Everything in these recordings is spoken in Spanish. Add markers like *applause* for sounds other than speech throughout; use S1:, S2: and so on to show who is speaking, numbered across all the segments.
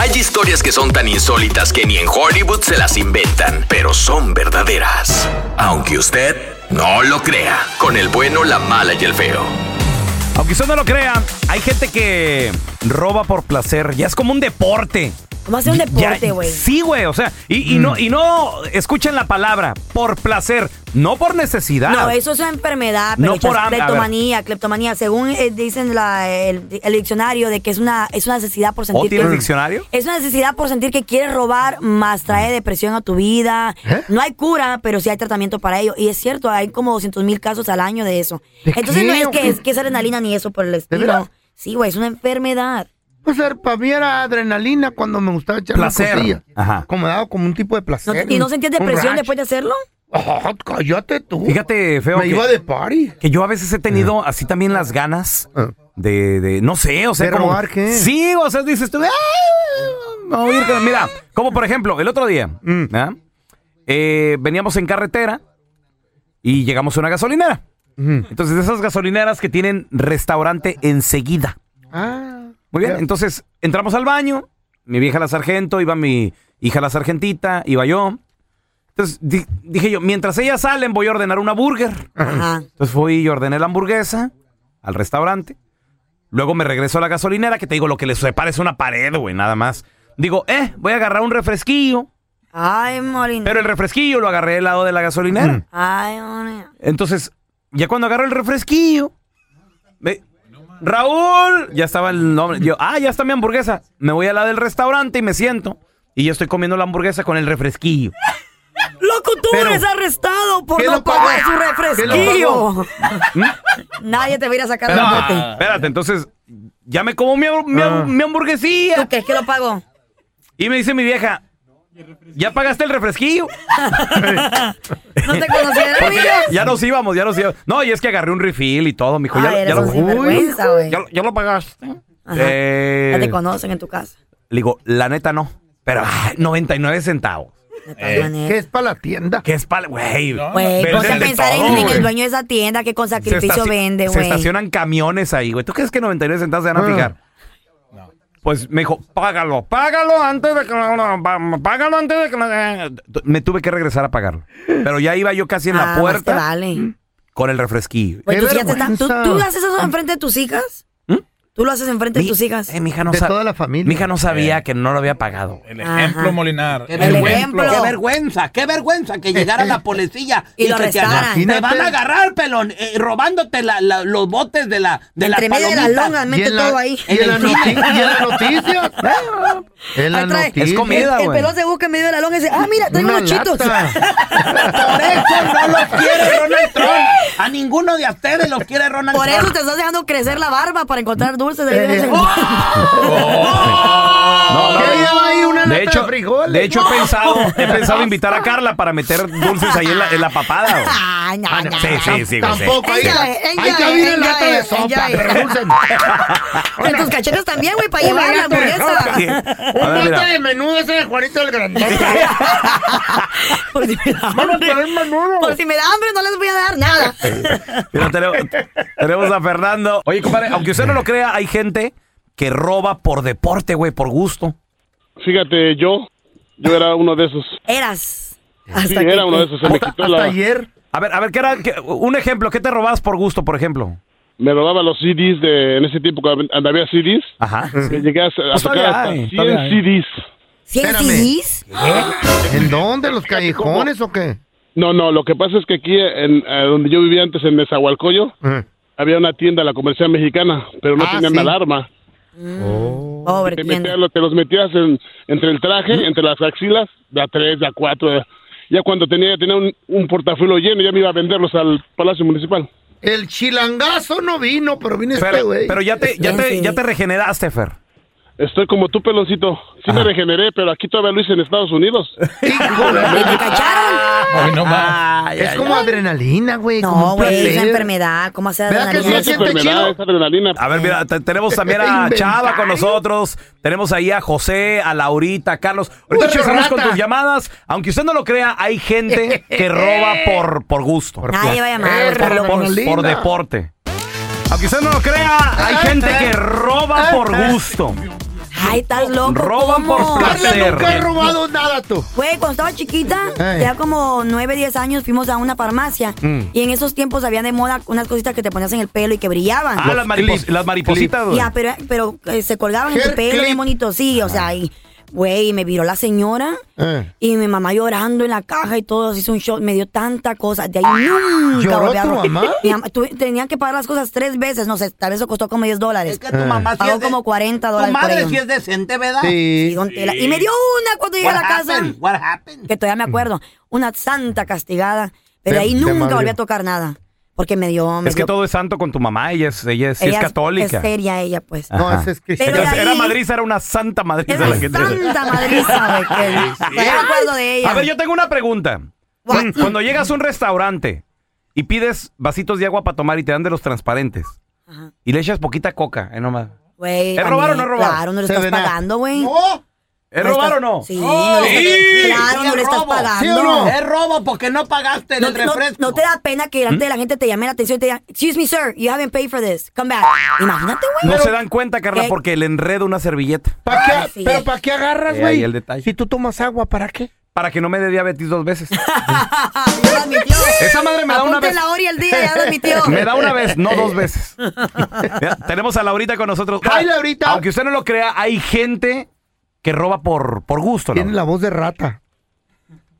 S1: Hay historias que son tan insólitas que ni en Hollywood se las inventan, pero son verdaderas. Aunque usted no lo crea, con el bueno, la mala y el feo.
S2: Aunque usted no lo crea, hay gente que roba por placer. Ya es como un deporte.
S3: Vamos a hacer un
S2: Ya-
S3: deporte, güey.
S2: Sí, güey. O sea, y, y no, y no escuchen la palabra por placer, no por necesidad.
S3: No, eso es una enfermedad, pero
S2: No por hambre, a ver.
S3: cleptomanía, cleptomanía. Según eh, dicen la- el, el diccionario de que es una, es una necesidad por sentir
S2: ¿Oh, tiene
S3: que-
S2: el diccionario? Mm.
S3: Es una necesidad por sentir que quieres robar, más trae depresión a tu vida.
S2: ¿Eh?
S3: No hay cura, pero sí hay tratamiento para ello. Y es cierto, hay como 200 mil casos al año de eso.
S4: ¿De
S3: Entonces
S4: qué?
S3: no es
S4: ¿O
S3: que,
S4: qué?
S3: es que es adrenalina ni eso por el
S4: veras?
S3: estilo. Sí, güey, es una enfermedad.
S4: Pues er, para mí era adrenalina cuando me gustaba echar
S2: Placer. Ajá.
S4: Como daba como un tipo de
S3: ¿No
S4: placer.
S3: te- ¿Y no sentías depresión después de hacerlo?
S4: Oh, cállate tú.
S2: Fíjate, feo.
S4: Me
S2: que-
S4: iba de party.
S2: que yo a veces he tenido así también las ganas
S4: Ah.
S2: de, de- no sé, o sea,
S4: ¿De
S2: como
S4: robar qué?
S2: sí, o sea, dices tú, "Ay, vamos a ir con-". mira, como por ejemplo el otro día,
S4: Mm.
S2: ¿ah? Eh, veníamos en carretera y llegamos a una gasolinera, entonces esas gasolineras que tienen restaurante enseguida,
S4: Ah.
S2: muy bien,
S4: Ya.
S2: entonces entramos al baño, mi vieja la sargento, iba mi hija la sargentita, iba yo, entonces di- dije yo, mientras ellas salen voy a ordenar una burger.
S3: Ajá.
S2: Entonces fui y ordené la hamburguesa al restaurante. Luego me regreso a la gasolinera, que te digo, lo que les separa es una pared, güey, nada más. Digo, eh, voy a agarrar un refresquillo.
S3: Ay, Molina.
S2: Pero el refresquillo lo agarré del lado de la gasolinera.
S3: Ay, Molina.
S2: Entonces, ya cuando agarro el refresquillo, me- Raúl, ya estaba el nombre. Yo, ah, ya está mi hamburguesa. Me voy al lado del restaurante y me siento. Y yo estoy comiendo la hamburguesa con el
S3: *laughs*
S2: refresquillo.
S3: Loco, tú
S2: Pero-
S3: eres arrestado por
S4: ¿Quién
S3: no
S4: lo pagó?
S3: pagar su
S4: ¿Quién lo
S3: refresquillo. *laughs* Nadie te va a ir a sacar
S2: No,
S3: la bote.
S2: espérate, entonces, ya me como mi, mi-
S4: Ah.
S2: mi hamburguesía.
S3: ¿Tú crees que lo pagó?
S2: Y me dice mi vieja, ¿ya pagaste el
S3: *laughs*
S2: refresquillo?
S3: No te conocía de
S2: Porque
S3: vida.
S2: ya, ya nos íbamos, ya nos íbamos. No, y es que agarré un refill y todo, mijo. Ya,
S3: Ay,
S2: lo- ya
S3: eres
S2: lo,
S3: un sinvergüenza, güey.
S2: ya lo- ya lo pagaste.
S3: Ajá.
S2: Eh,
S3: Ya te conocen en tu casa.
S2: le digo, la neta no. Pero ay, 99 centavos.
S3: De todas maneras.
S4: ¿Qué es para la tienda?
S2: Que es para, güey.
S3: Güey,
S2: Eh, Pero
S3: ponte a
S2: es el de
S3: pensar en,
S2: todo,
S3: en
S2: güey.
S3: el dueño de esa tienda que con
S2: Se
S3: sacrificio
S2: estaci-
S3: vende,
S2: Se
S3: güey.
S2: estacionan camiones ahí, güey. ¿Tú crees que 99 centavos se van a
S4: Ah.
S2: fijar? Pues me dijo, págalo, págalo antes de que... no, no, pa- Págalo antes de que... no". Me tuve que regresar a pagarlo. Pero ya iba yo casi en
S3: Ah,
S2: la
S3: más te
S2: puerta Mm.
S3: vale.
S2: con el refresquillo.
S3: Güey,
S4: Qué
S3: tus hijas te están- ¿tú,
S4: vergüenza.
S3: tú haces eso enfrente de tus hijas?
S2: ¿Mm?
S3: ¿Tú lo haces enfrente de
S2: Mi-
S3: tus hijas?
S2: eh, mi hija no
S4: de
S2: sab-
S4: toda la familia.
S2: Mi hija no sabía que no lo había pagado.
S5: El
S3: Ajá.
S5: ejemplo, Molinar.
S3: El ejemplo.
S6: Qué vergüenza, qué vergüenza que llegara
S2: *laughs*
S6: la policía
S3: Y lo
S6: que te,
S3: arrestaran.
S6: te van a agarrar, pelón, eh, robándote la- la- los botes de la de
S3: Entre
S6: la
S3: medio de las
S6: palomita.
S3: longas,
S4: Y
S3: mete
S4: en la-
S3: todo ahí.
S4: Y en la noti- y en
S3: *laughs*
S4: las noticias. En las
S3: Ahí trae-
S4: noticias.
S2: Es comida,
S3: el
S2: güey.
S3: pelón se busca en medio de la longa y dice, ah, mira, tengo
S4: Una
S3: unos chitos. *laughs*
S4: lata.
S6: Por eso no los quiere
S2: *laughs*
S6: Ronald Trump. A ninguno de ustedes los quiere Ronald
S3: Por
S6: Trump.
S3: eso te estás dejando crecer la barba para encontrar dulces. De
S4: Eh,
S3: *laughs*
S2: No, no,
S4: ¿Qué lleva ahí una lata
S2: de hecho,
S4: de frijoles?
S2: de hecho he pensado,
S6: *laughs*
S2: he pensado invitar a Carla para meter dulces ahí en la, en la papada. güey.
S6: Ah,
S2: Ah,
S3: Ay, no, no,
S2: sí,
S3: no.
S2: sí, sí, güey, sí.
S4: Tampoco hay,
S3: Enjoy,
S4: hay que
S3: enjoy,
S4: abrir el lata de
S3: enjoy,
S4: sopa,
S3: enjoy. *laughs*
S4: pero dulce.
S3: En tus cachetes también, güey, para llevar Ah, la
S2: *laughs* Sí.
S3: hamburguesa.
S2: A ver,
S4: Un
S2: mira.
S4: lata de menudo ese de Juanito el *laughs* Grandote.
S3: *laughs* Por si me da
S4: Vamos a
S3: hambre.
S4: poner menudo.
S3: Por si me da hambre, no les voy a dar nada.
S2: Mira, tenemos, tenemos a Fernando. Oye, compadre, aunque usted no lo crea, hay gente que roba por deporte, güey, por gusto.
S7: Fíjate, yo, yo era uno de esos.
S3: Eras.
S7: Sí,
S3: Hasta que-
S7: era uno de esos. Se me quitó
S4: Hasta
S7: la.
S4: ayer.
S2: A ver, a ver, ¿qué era? qué- un ejemplo, ¿qué te robabas por gusto, por ejemplo?
S7: Me robaba los CDs de. En ese tiempo cuando había CDs.
S2: Ajá.
S7: que Llegué a, a sacar
S2: todavía
S7: hasta
S2: hay,
S7: 100
S2: todavía hay.
S7: CDs.
S3: ¿Cien
S4: Espérame.
S3: CDs?
S4: ¿En dónde? ¿Los callejones o qué?
S7: No, no, lo que pasa es que aquí, en, eh, donde yo vivía antes, en Nezahualcóyotl,
S4: Eh.
S7: había una tienda, la comercial mexicana, pero no
S4: Ah,
S7: tenían
S4: sí.
S7: alarma.
S3: Pobre
S7: Te,
S3: tienda.
S7: metías lo- te los metías en- entre el traje, entre las axilas, de a tres, de a cuatro. Ya cuando tenía, tenía un, un portafolio lleno, ya me iba a venderlos al Palacio Municipal.
S4: El chilangazo no vino, pero vino este
S2: Pero,
S4: güey.
S2: pero ya, te, ya, te, ya te regeneraste, Fer.
S7: Estoy como tú, peloncito. Sí me regeneré, pero aquí todavía lo hice en Estados
S4: *laughs*
S7: Unidos.
S4: *laughs* Hijo de-
S3: ¿Y te cacharon?
S5: Hoy no más.
S4: Es como adrenalina, güey. como
S3: No,
S4: un
S3: güey, es una
S4: placer.
S3: enfermedad. ¿Cómo hacer
S4: ¿Verdad que
S7: No
S3: adrenalina?
S7: es
S4: sí? siente
S7: enfermedad,
S4: chido.
S7: es adrenalina.
S2: A ver, mira, te- tenemos también a
S4: Este Inventario.
S2: Chava con nosotros. Tenemos ahí a José, a Laurita, a Carlos. Ahorita
S4: Mucho
S2: regresamos con
S4: rata.
S2: tus llamadas. Aunque usted no lo crea, hay gente que
S4: *laughs*
S2: roba por, por gusto. Por,
S3: Nadie va a llamar, güey,
S4: Eh,
S3: por
S4: pero
S3: lo
S4: por
S3: menos.
S4: li-
S2: por
S4: linda.
S2: deporte. Aunque usted no lo crea, hay gente que roba por gusto.
S3: Ay, estás loco.
S2: Roban
S3: ¿cómo?
S2: por placer.
S4: Carla, nunca he
S2: Hacer.
S4: robado nada tú.
S3: Güey, cuando estaba chiquita,
S4: Ey.
S3: ya como 9, 10 años, fuimos a una farmacia.
S6: Mm.
S3: Y en esos tiempos había de moda unas cositas que te ponías en el pelo y que brillaban.
S2: Ah, las, maripos-
S4: clips.
S2: las maripositas, güey.
S3: Ya, pero, pero eh, se colgaban en tu
S4: Hair
S3: pelo
S4: clip.
S3: bien bonito, sí, o sea, y güey, me viró la señora
S4: Eh.
S3: y mi mamá llorando en la caja y todo, se hizo un shock, me dio tanta cosa, de
S6: Ah,
S3: ahí nunca
S4: ¿Lloró
S3: volví a
S4: tu
S3: robar.
S4: mamá?
S3: Mi mamá tuve- tenían que pagar las cosas tres veces, no sé, tal vez eso costó como 10 dólares.
S6: Es que tu mamá sí
S3: Pagó
S6: es de-
S3: como 40
S6: Tu
S3: dólares por
S6: madre
S3: ello.
S6: sí es decente, ¿verdad?
S3: Y,
S4: Eh, Sí.
S3: don Tela- y me dio una cuando llegué a
S6: What
S3: la casa,
S6: happened? What happened?
S3: que
S2: Mm.
S3: todavía me acuerdo, una santa castigada, pero
S4: Te-
S3: ahí
S4: te
S3: nunca
S4: madrió.
S3: volví a tocar nada, porque me dio... me
S2: es que
S3: dio-
S2: todo es santo con tu mamá, ella es, ella es, sí es
S3: ella
S2: católica.
S3: Es seria ella, pues.
S4: No,
S2: Ajá.
S4: esa es que.
S3: Pero de
S2: Era- era
S3: ahí-
S2: madriza, era una santa madriza
S3: Era
S2: la que te-
S3: santa madriza, güey. que- Todavía me acuerdo de ella.
S2: A ver, yo tengo una pregunta. Mm,
S3: What?
S2: Cuando llegas a un restaurante y pides vasitos de agua para tomar y te dan de los transparentes
S3: Ajá.
S2: y le echas poquita coca, eh, nomás.
S3: Güey,
S2: ¿Es robar o no
S3: también,
S2: robar?
S3: Claro, no lo
S4: Se
S3: estás
S4: ven a-
S3: pagando, güey.
S6: No,
S2: ¿Es
S3: No
S2: robar
S3: estás-
S2: o no?
S3: Sí, no lo estás-
S6: Sí,
S3: claro,
S6: sí,
S3: no lo
S6: es
S3: estás
S6: robo.
S3: pagando.
S4: ¿Sí o no?
S6: es robo porque no pagaste
S3: No,
S6: el
S3: no-
S6: refresco.
S3: no te da pena que
S2: ¿Mm?
S3: delante de la gente te llame la atención y te digan, excuse me, sir, you haven't paid for this, come back. Imagínate,
S2: No
S3: güey.
S2: se
S3: *laughs*
S2: dan cuenta, Carla,
S3: ¿Qué?
S2: porque le enredo una servilleta
S4: ¿Pa
S3: Ah,
S4: qué,
S3: sí.
S4: ¿Pero para qué agarras,
S2: Eh,
S4: güey?
S2: ahí el detalle.
S4: Si tú tomas agua, ¿para qué?
S2: para que no me dé diabetes dos veces.
S3: Ya lo admitió.
S2: Esa madre me da una
S3: Apunta
S2: vez.
S3: la hora y el día, ya lo admitió.
S2: *laughs* Me da una vez, no dos
S3: *laughs*
S2: veces. Ya, Tenemos a Laurita con nosotros.
S4: Ay, Laurita.
S2: Aunque usted no lo crea, hay gente que roba por, por gusto.
S4: Tiene
S2: Laura.
S4: la voz de rata.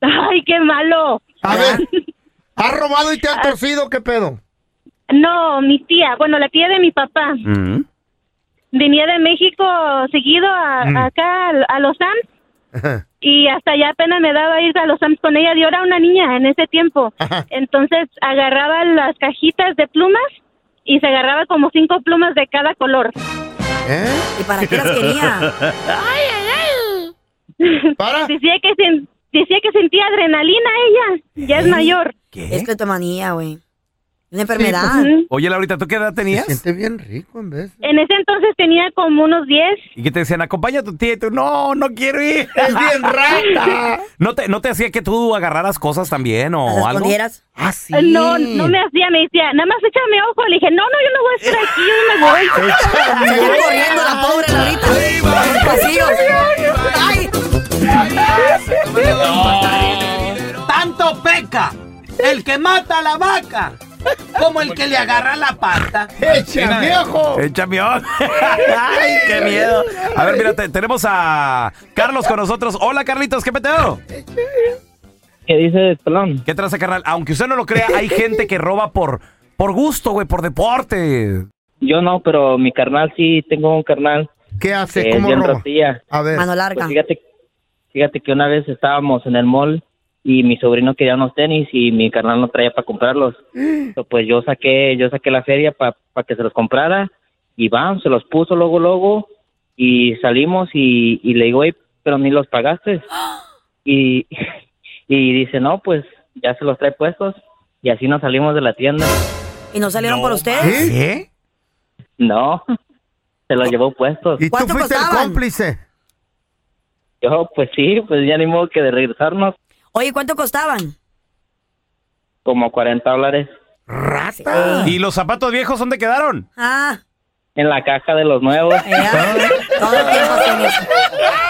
S5: Ay, qué malo.
S4: A ver, ¿has robado y te has torcido? ¿Qué pedo?
S5: No, mi tía, bueno, la tía de mi papá,
S2: Mm.
S5: venía de México seguido a- acá al- a, los Sams y hasta allá apenas me daba ir a los Sams con ella. Yo era una niña en ese tiempo.
S4: Ajá.
S5: Entonces agarraba las cajitas de plumas y se agarraba como cinco plumas de cada color.
S4: ¿Eh?
S3: ¿Y para qué las quería?
S4: ¿Para?
S5: Decía que, sen- decía que sentía adrenalina ella, ya es mayor.
S2: ¿Qué?
S3: Es cleptomanía, güey. Una enfermedad.
S5: Ujú.
S2: Oye, Laurita, ¿tú qué edad
S4: Se
S2: tenías?
S4: siente bien rico en vez.
S5: En ese entonces tenía como unos 10.
S2: Y que te decían, acompaña a tu tía y tú, no, no quiero ir.
S4: ¡Es bien rata!
S2: ¿No te, ¿No te hacía que tú agarraras cosas también
S3: Las
S2: o algo?
S3: escondieras.
S4: ¡Ah, sí!
S5: No, no me hacía, me decía, nada más échame ojo. Le dije, no, no, yo no voy a estar aquí, yo no me voy.
S3: Salió corriendo la pobre Laurita. Por los pasillos. Ay,
S6: Tanto peca el que mata a la vaca como el que le agarra la pata.
S4: ¡Echa, viejo!
S2: El champion. *laughs* Ay, qué miedo. A ver, mira, te- tenemos a Carlos con nosotros. Hola, Carlitos, ¿qué peteo?
S8: ¿Qué dice Pelón?
S2: ¿Qué traza, carnal? Aunque usted no lo crea, hay gente que roba por, por gusto, güey, por deporte.
S8: Yo no, pero mi carnal sí, tengo un carnal
S4: ¿Qué hace?
S8: que es
S4: ¿Cómo
S8: bien
S4: roba?
S8: ratilla.
S4: A ver.
S3: mano larga.
S8: Pues fíjate, fíjate que una vez estábamos en el mall y mi sobrino quería unos tenis y mi carnal no traía para comprarlos. So, pues yo saqué, yo saqué la feria para que se los comprara y bam, se los puso luego, luego y salimos y, y le digo, "Ey, pero ni los pagaste. Y, *laughs* y dice, no, pues ya se los trae puestos y así nos salimos de la tienda.
S3: ¿Y no salieron por ustedes?
S4: ¿Sí?
S2: ¿Qué?
S8: No, *laughs* se los llevó puestos.
S4: ¿Y tú
S3: ¿Cuánto
S4: fuiste el
S3: costaban?
S4: cómplice?
S8: Yo, pues sí, pues ya ni modo que de regresarnos
S3: Oye, ¿cuánto costaban?
S8: como 40 dólares
S3: ¡Rata!
S2: ¿Y los zapatos viejos dónde quedaron? *laughs*
S3: Ah,
S8: en la caja de los nuevos.
S3: ya. Todo el tiempo hacen eso.